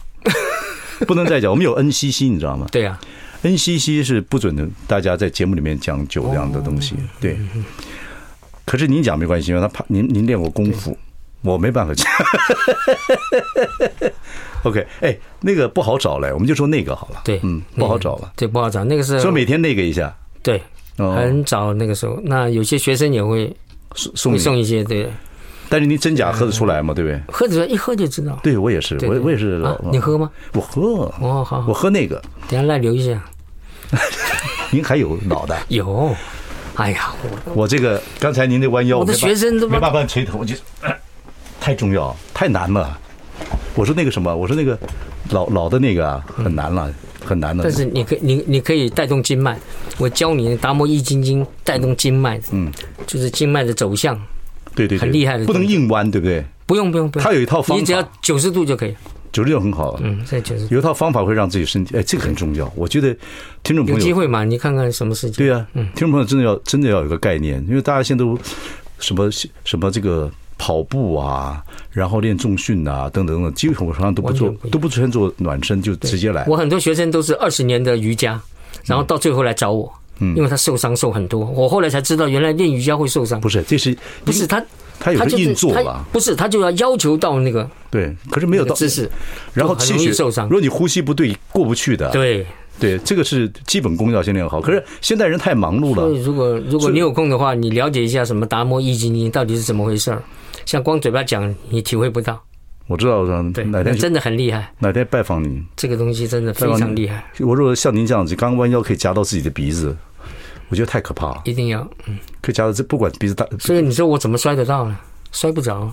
A: 不能再讲，我们有 NCC 你知道吗
B: 对啊，
A: ？NCC 是不准大家在节目里面讲酒量的东西，
B: 哦嗯
A: 对。可是您讲没关系，因为他怕您您练过功夫，我没办法讲。OK，哎，那个不好找嘞，我们就说那个好了。
B: 对
A: 嗯，不好找了，
B: 对，不好找。那个时
A: 所以
B: 候
A: 每天那个一下，
B: 对，
A: 哦
B: 很早那个时候，那有些学生也会
A: 送送
B: 会
A: 你
B: 送一些，对，
A: 但是您真假喝得出来
B: 嗯
A: 吗？对不对？
B: 喝着一喝就知道。
A: 对我也是，
B: 对
A: 我
B: 对
A: 我也是
B: 啊。你喝吗？
A: 我喝，
B: 哦，好，
A: 我
B: 好
A: 喝那个。
B: 等一下再留一下。
A: 您还有脑 袋，
B: 有，哎呀，我
A: 我这个刚才您这弯腰，
B: 我的
A: 没办
B: 学生都
A: 没办法垂头，我就哎太重要，太难了。我说那个什么，我说那个老老的那个啊，很难了，很难了
B: 嗯但。是你可以你你可以带动经脉，我教你达摩易筋经带动经脉，嗯，就是经脉的走向，
A: 对对对，
B: 很厉害的
A: 不能
B: 东西
A: 硬弯，对不对？
B: 不用不用不用，
A: 它有一套方法
B: 你只要九十度就可以，
A: 九十六很好，
B: 嗯，在九十，
A: 有一套方法会让自己身体，哎，这个很重要。我觉得听众朋友
B: 有机会嘛，你看看什么事情，
A: 对啊，听众朋友真的要真的要有个概念，因为大家现在都什么什么这个跑步啊，然后练重训啊，等等等等，基本上都不做
B: 完全不一样
A: 都不穿做暖身，就直接来。
B: 我很多学生都是二十年的瑜伽，然后到最后来找我，
A: 嗯
B: 因为他受伤受很多，我后来才知道原来练瑜伽会受伤，
A: 不是，这是
B: 不是他。
A: 他有
B: 他
A: 个
B: 就是
A: 硬座
B: 他
A: 了，
B: 不是他就要要求到那个
A: 对，可是没有
B: 那
A: 到
B: 个姿势，
A: 然后
B: 就很
A: 气
B: 容易
A: 血
B: 受伤
A: 如果你呼吸不对，过不去的。
B: 对。
A: 对，这个是基本功要先练好。可是现在人太忙碌
B: 所
A: 了，
B: 以如果如果你有空的话，你了解一下什么达摩易筋经到底是怎么回事儿，像光嘴巴讲你体会不到，
A: 我知道，我知道
B: 对，
A: 哪
B: 那
A: 天去
B: 真的很厉害，
A: 哪天拜访你，
B: 这个东西真的非常厉害，
A: 我如果像您这样子，刚弯腰可以夹到自己的鼻子，我觉得太可怕了。
B: 一定要。
A: 可以夹到这，不管鼻子大，
B: 所以你说我怎么摔得到呢？摔不着，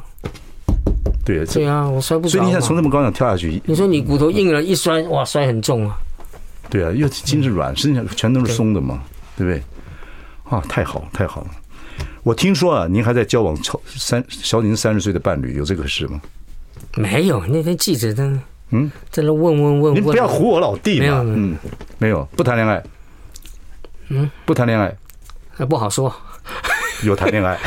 A: 对，
B: 对啊，我摔不
A: 所
B: 着
A: 以
B: 嘛。
A: 你想从这么高上跳下去，
B: 你说你骨头硬了，一摔，哇，摔很重啊。
A: 对啊，因为筋是软，身体上全都是松的嘛，对不对？啊，太好了，太好了！我听说啊，您还在交往超三小您三十岁的伴侣，有这个事吗？
B: 没有，那天记者呢？
A: 嗯，
B: 在那问问问
A: 您
B: 问，
A: 不要唬我老弟
B: 没
A: 嘛
B: 有，没有
A: 嗯，没有，不谈恋爱，嗯，不谈恋爱，
B: 啊，不好说。
A: 有谈恋爱。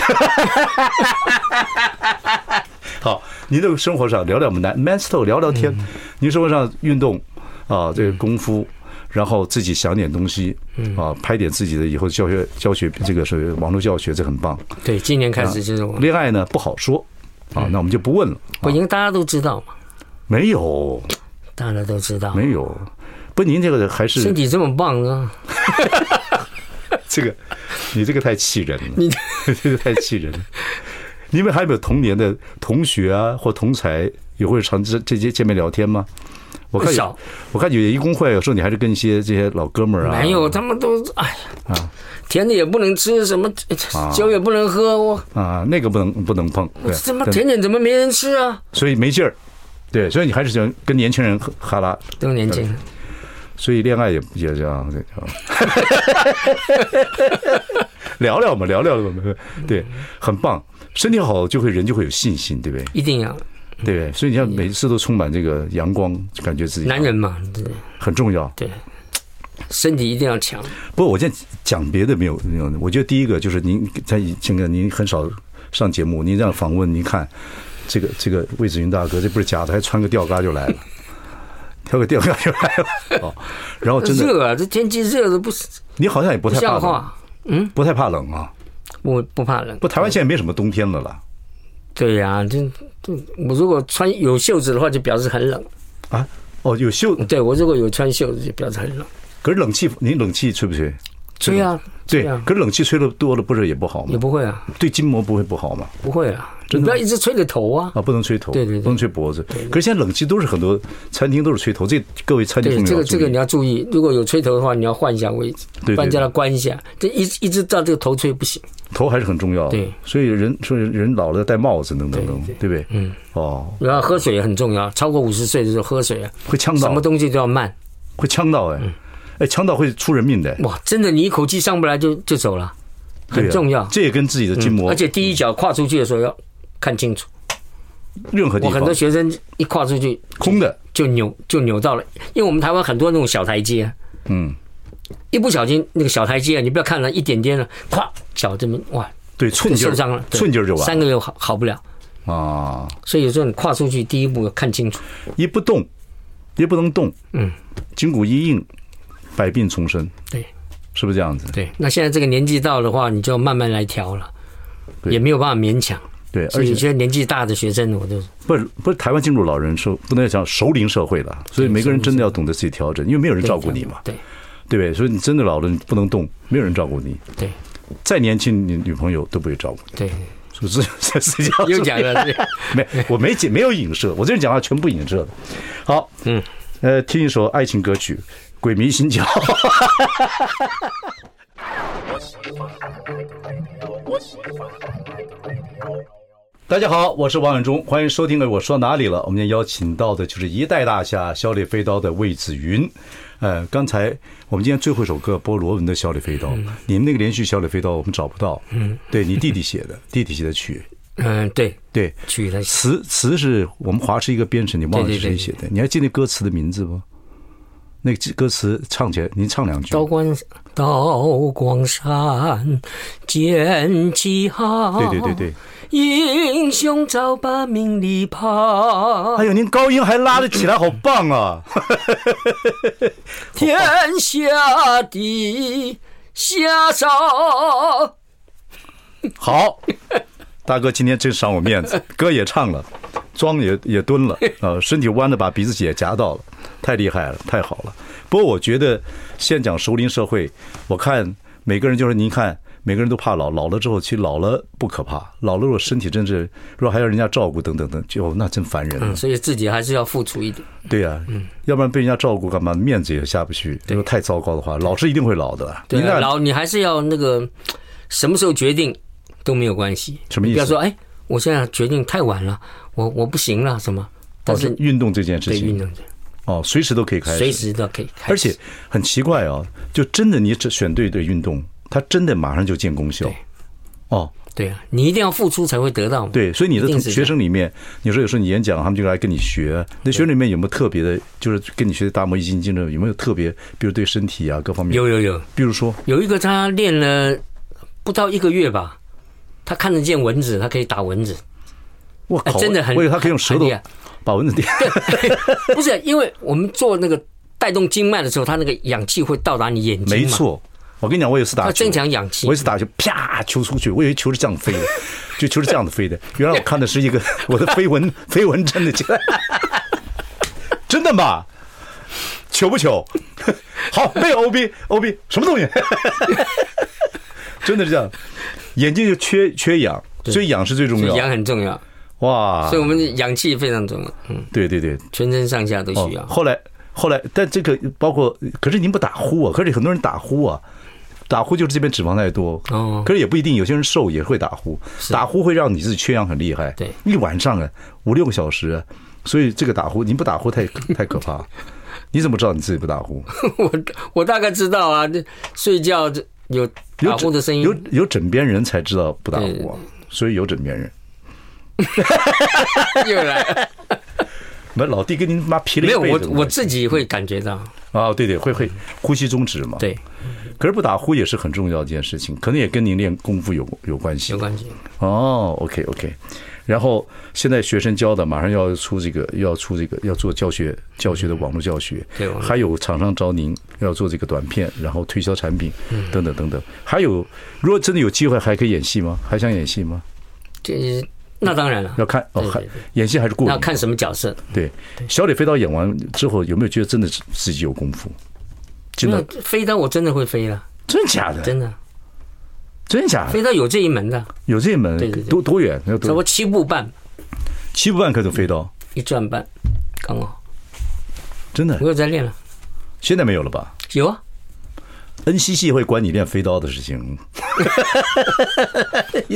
A: 好，您的生活上聊聊我们男 man s t o 聊聊天，您生活上运动啊，这个功夫，然后自己想点东西啊，拍点自己的以后教学教学这个是网络教学，这很棒。
B: 对，今年开
A: 啊
B: 始就是我，
A: 恋爱呢不好说啊，那我们就不问了。
B: 不因为大家都知道嘛，
A: 没有，
B: 大家都知道，
A: 没有。不，您这个还
B: 身
A: 是
B: 体这么棒啊，
A: 这个，你这个太气人了，
B: 你
A: 这个太气人了。 你们还有没有童年的同学啊，或同才也会常这这些见面聊天吗？我看
B: 不
A: 有
B: 少，
A: 我看有一工会，有时候你还是跟一些这些老哥们儿啊，
B: 没有，他们都哎呀，
A: 啊
B: 甜的也不能吃，什么酒也不能喝，我
A: 啊，那个不能不能碰，
B: 我
A: 啊对
B: 怎么
A: 对
B: 甜点怎么没人吃啊？
A: 所以没劲儿，对，所以你还是想跟年轻人哈哈拉，
B: 都年轻，
A: 所以恋爱也也这样，这样 聊聊嘛，聊聊嘛，对，很棒，身体好就会人就会有信心，对不对？
B: 一定要
A: 对不对？所以你看每次都充满这个阳光，就感觉自己
B: 男人嘛，对
A: 很重要。
B: 对，身体一定要强，
A: 不过我现在讲别的没有没有，我觉得第一个就是您在这个您很少上节目，您这样访问，您看这个这个魏子云大哥，这不是假的，还穿个吊嘎就 来了，挑个吊嘎就来了。哦，然后真的，
B: 热啊，这天气热的不
A: 你好像也不
B: 不
A: 太怕冷，
B: 像话，
A: 不太怕冷啊。
B: 我不怕冷
A: 不，。台湾现在没什么冬天了啦。
B: 对呀，这这我如果穿有袖子的话，就表示很冷。
A: 啊，哦，有袖，
B: 对我如果有穿袖子，就表示很冷。
A: 可是冷气，你冷气吹不吹？
B: 吹啊，
A: 对
B: 吹，啊，
A: 可是冷气吹的多了，不是也不好
B: 也
A: 吗？
B: 不会啊，
A: 对筋膜不会不好吗？
B: 不会啊，
A: 真
B: 你不
A: 的
B: 要一直吹着头啊。
A: 啊，不能吹头，
B: 对对对
A: 不能吹脖子。可是现在冷气都是很多餐厅都是吹头，这各位餐厅
B: 对，
A: 朋
B: 这
A: 友要
B: 个
A: 注
B: 这个
A: 意
B: 你。要注意，如果有吹头的话，你要换一下位置，
A: 对对
B: 不然叫他关一下。这一直一直照这个头吹不行。
A: 头还是很重要，
B: 对，
A: 所以人所以人老了戴帽子等等等，对不对？嗯，哦，
B: 然后喝水也很重要，超过五十岁的时候喝水啊，
A: 会呛
B: 什
A: 到
B: 么，东西都嗯要慢。
A: 会呛到哎，哎，呛到会出人命的，
B: 哇，真的你一口气上不来就就走了，
A: 对
B: 很
A: 啊
B: 重要。嗯
A: 这也跟自己的筋膜，
B: 而且第一脚跨出去的时候要看清楚。
A: 任何地
B: 我很
A: 方
B: 多学生一跨出去
A: 空的，
B: 就扭就扭到了，因为我们台湾很多那种小台阶啊，
A: 嗯，
B: 一不小心那个小台阶啊，你不要看了一点点了，咵脚这么哇
A: 对，
B: 就
A: 寸劲
B: 受
A: 儿
B: 伤了，对
A: 寸劲儿就完
B: 三个月好好不了。
A: 了啊，
B: 所以有时候你跨出去第一步要看清楚。
A: 一不动，也不能动，
B: 嗯，
A: 筋骨一硬，百病丛生，
B: 对
A: 是不是这样子？
B: 对，那现在这个年纪到的话，你就要慢慢来调了，
A: 对
B: 也没有办法勉强。
A: 对，
B: 所
A: 而
B: 以有
A: 且
B: 些年纪大的学生，我都
A: 不是不是台湾进入老人社，不能讲熟龄社会了，所以每个人真的要懂得自己调整，因为没有人照顾你嘛，
B: 对
A: 对不对？所以你真的老了，你不能动，没有人照顾你，
B: 对
A: 再年轻，你女朋友都不会照顾
B: 对，
A: 你，是不是？睡觉
B: 又讲了， 对
A: 没，我没解没有影射，我这人讲话全部影射的。好，
B: 嗯，
A: 呃，听一首爱情歌曲《鬼迷心窍》。 大家好，我是王永忠，欢迎收听。我说到哪里了？我们今天邀请到的就是一代大侠小李飞刀的魏子云。呃，刚才我们今天最后一首歌播罗文的《小李飞刀》，你们那个连续《小李飞刀》我们找不到，嗯，对你弟弟写的，弟弟写的曲，
B: 嗯对，
A: 对，
B: 去他
A: 词词是我们华师一个编程，你忘了是
B: 对对
A: 谁
B: 对
A: 写的？你还记得歌词的名字吗？那个歌词唱起来，您唱两句。
B: 刀光刀光山剑气好，
A: 对对对对，
B: 英雄早把名利抛
A: 哎，呦，您高音还拉得起来，好棒啊！
B: 天下的侠少。
A: 好，大哥今天真赏我面 子，歌也唱了，妆也也蹲了，呃，身体弯的把鼻子也夹到了，太厉害了，太好了。不过我觉得现讲熟龄社会，我看每个人就是您看。每个人都怕老，老了之后，其实老了不可怕，老了如果身体真是，如果还要人家照顾等等等，就那真烦人。
B: 所以自己还是要付出一点。
A: 对呀、
B: 嗯
A: 要不然被人家照顾干嘛？面子也下不去。如果太糟糕的话，老是一定会老的。
B: 对
A: 您
B: 啊，
A: 看
B: 老你还是要那个什么时候决定都没有关系。
A: 什么意思
B: 你不要说哎，我现在决定太晚了，我我不行了什么？但是
A: 哦运动这件事
B: 对运
A: 情
B: 动，
A: 哦，随时都可以开始，
B: 随时都可以开始。
A: 而且很奇怪啊，就真的你只选对对运动，它真的马上就见功效
B: 对。
A: 哦，
B: 对啊，你一定要付出才会得到嘛。
A: 对，所以你的
B: 一
A: 同
B: 定是这
A: 学
B: 样
A: 生里面，你说有时候你演讲，他们就来跟你学。那学生里面有没有特别的，就是跟你学的大模一金精的，有没有特别，比如对身体啊各方面？
B: 有有有
A: 比如说
B: 有一个他练了不到一个月吧，他看得见蚊子，他可以打 蚊子，
A: 我
B: 哎
A: 靠，
B: 真的很
A: 我以为他可以用舌头
B: 很厉害
A: 把蚊子叮。
B: 不是因为我们做那个带动经脉的时候，他那个氧气会到达你眼睛 嘛
A: 没，错，我跟你讲，我有一次打
B: 它
A: 球
B: 增，强氧气
A: 我有一。次打球，啪球出去，我以为球是这样飞的，就球是这样子飞的。原来我看的是一个我的飞蚊飞蚊真的起来， 真的吗？糗不糗？好，没有 OB OB 什么东西？ 真的是这样，眼睛就缺缺氧，所以氧是最重
B: 所以氧
A: 要。
B: 很重要，
A: 哇
B: 所以，我们的氧气非常重要，嗯，
A: 对对对，
B: 全身上下都
A: 哦
B: 需要。
A: 后来后来，但这个包括，可是您不打呼啊，可是很多人打呼啊。打呼就是这边脂肪太多，
B: 哦
A: 可是也不一定，有些人瘦也会打呼，打呼会让你自己缺氧很厉害，
B: 对
A: 一晚上啊五六个小时啊，所以这个打呼，您不打呼太太可 怕，你怎么知道你自己不打呼？
B: 我我大概知道啊，这睡觉这有
A: 有
B: 打呼的声音
A: 有，有枕边人才知道不打
B: 对
A: 呼啊，所以有枕边人。
B: 又 来了。
A: 那老弟跟您妈皮了
B: 没
A: 一
B: 有，
A: 辈
B: 我
A: 子
B: 我自己会感觉到，
A: 啊，对对，会会呼吸终止嘛，。
B: 对，
A: 可是不打呼也是很重要的一件事情，可能也跟您练功夫有有关系
B: 有。关系。
A: 哦，OK OK，然后现在学生教的马上要出这个，要出这个，要做教学教学的网络教学，
B: 对网络
A: 还有厂商找您要做这个短片，然后推销产品，
B: 嗯
A: 等等等等，还有如果真的有机会，还可以演戏吗？还想演戏吗？
B: 这那当然了，
A: 要看哦，
B: 对对
A: 还
B: 对
A: 演戏还是过
B: 那
A: 瘾
B: 要。看什么角色。
A: 对，小李飞刀演完之后，有没有觉得真的是自己有功夫？真
B: 因
A: 的
B: 为飞刀我真的会飞了，
A: 真假的？
B: 真的。
A: 真假的
B: 飞刀有这一门的，
A: 有这门？
B: 对对对
A: 多多远？要
B: 差不
A: 多
B: 多七步半，
A: 七步半可以飞刀，
B: 一转半，刚好。
A: 真的
B: 我。又在练了，
A: 现在没有了吧
B: 有啊，
A: ？NCC 会管你练飞刀的事情，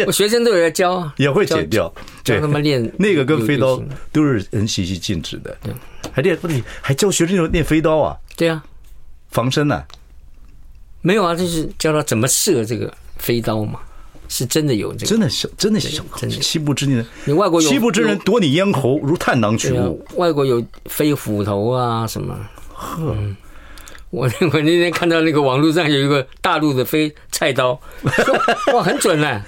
B: 我学生都有在教啊，
A: 也会
B: 教
A: 减掉。
B: 教
A: 对
B: 他，们练
A: 那个跟飞
B: 有
A: 刀
B: 对型
A: 都是 NCC 禁止的，还练不你还教学生练飞刀啊，
B: 对啊，
A: 防身啊呢？
B: 没有啊，就是教他怎么射这个飞刀嘛，是真的有这个。
A: 真的小，真的小，
B: 真的
A: 七步之人，
B: 你外国有
A: 七步之人
B: 有
A: 夺你咽喉如探囊取
B: 对啊
A: 物。，
B: 外国有飞斧头啊什么。嗯我我那天看到那个网络上有一个大陆的飞菜刀，说哇很准啊嘞、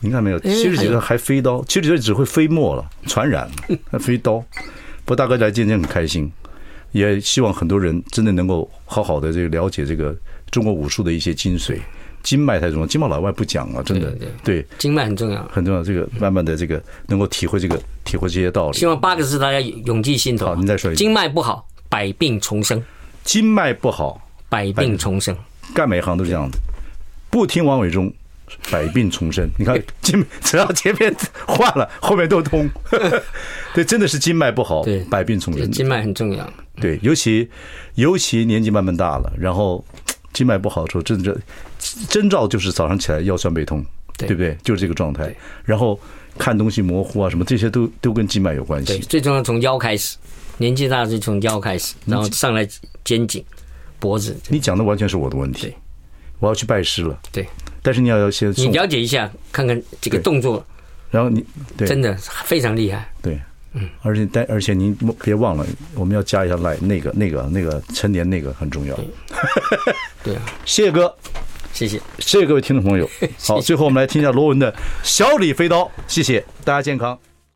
A: 您看没有？
B: 哎
A: 七十几岁还飞刀，七十几岁只会飞沫了，传染了，还飞刀。不过大哥来今天很开心，也希望很多人真的能够好好的这个了解这个中国武术的一些精髓。经脉太重要，经脉老外不讲啊，真的
B: 对
A: 对
B: 经脉很重要。
A: 很重要。这个慢慢的这个能够体会这个体会这些道理
B: 希。望八个字大家永记心头啊。
A: 好您再说一遍
B: 经脉不好，百病重生，
A: 经脉不好，
B: 百病重生。
A: 干每一行都是这样子，不听王伟忠，百病丛生。你看经，只要前面换了，后面都 通。对，真的是经脉不好
B: 对，
A: 百病丛生。
B: 经脉很重要。
A: 对，尤其尤其年纪慢慢大了，然后经脉不好的时候，真的征兆就是早上起来腰酸背痛，
B: 对
A: 对不对？就是这个状态。然后看东西模糊啊，什么这些都都跟经脉有关
B: 对，
A: 系。
B: 最重要从腰开始，年纪大是从腰开始，然后上来肩颈、脖子。
A: 你讲的完全是我的问题
B: 对，
A: 我要去拜师了。
B: 对，
A: 但是你要要先
B: 你
A: 送，
B: 了解一下，看看这个
A: 对
B: 动作
A: 然后你对
B: 真的非常厉害。
A: 对，嗯，而且但而且您莫别忘了，我们要加一下赖那个那个那个成年那个很重要。
B: 对啊，
A: 谢谢哥，
B: 谢谢。
A: 谢谢各位听众朋友。好，最后我们来听一下罗文的《小李飞刀》，谢谢大家健康。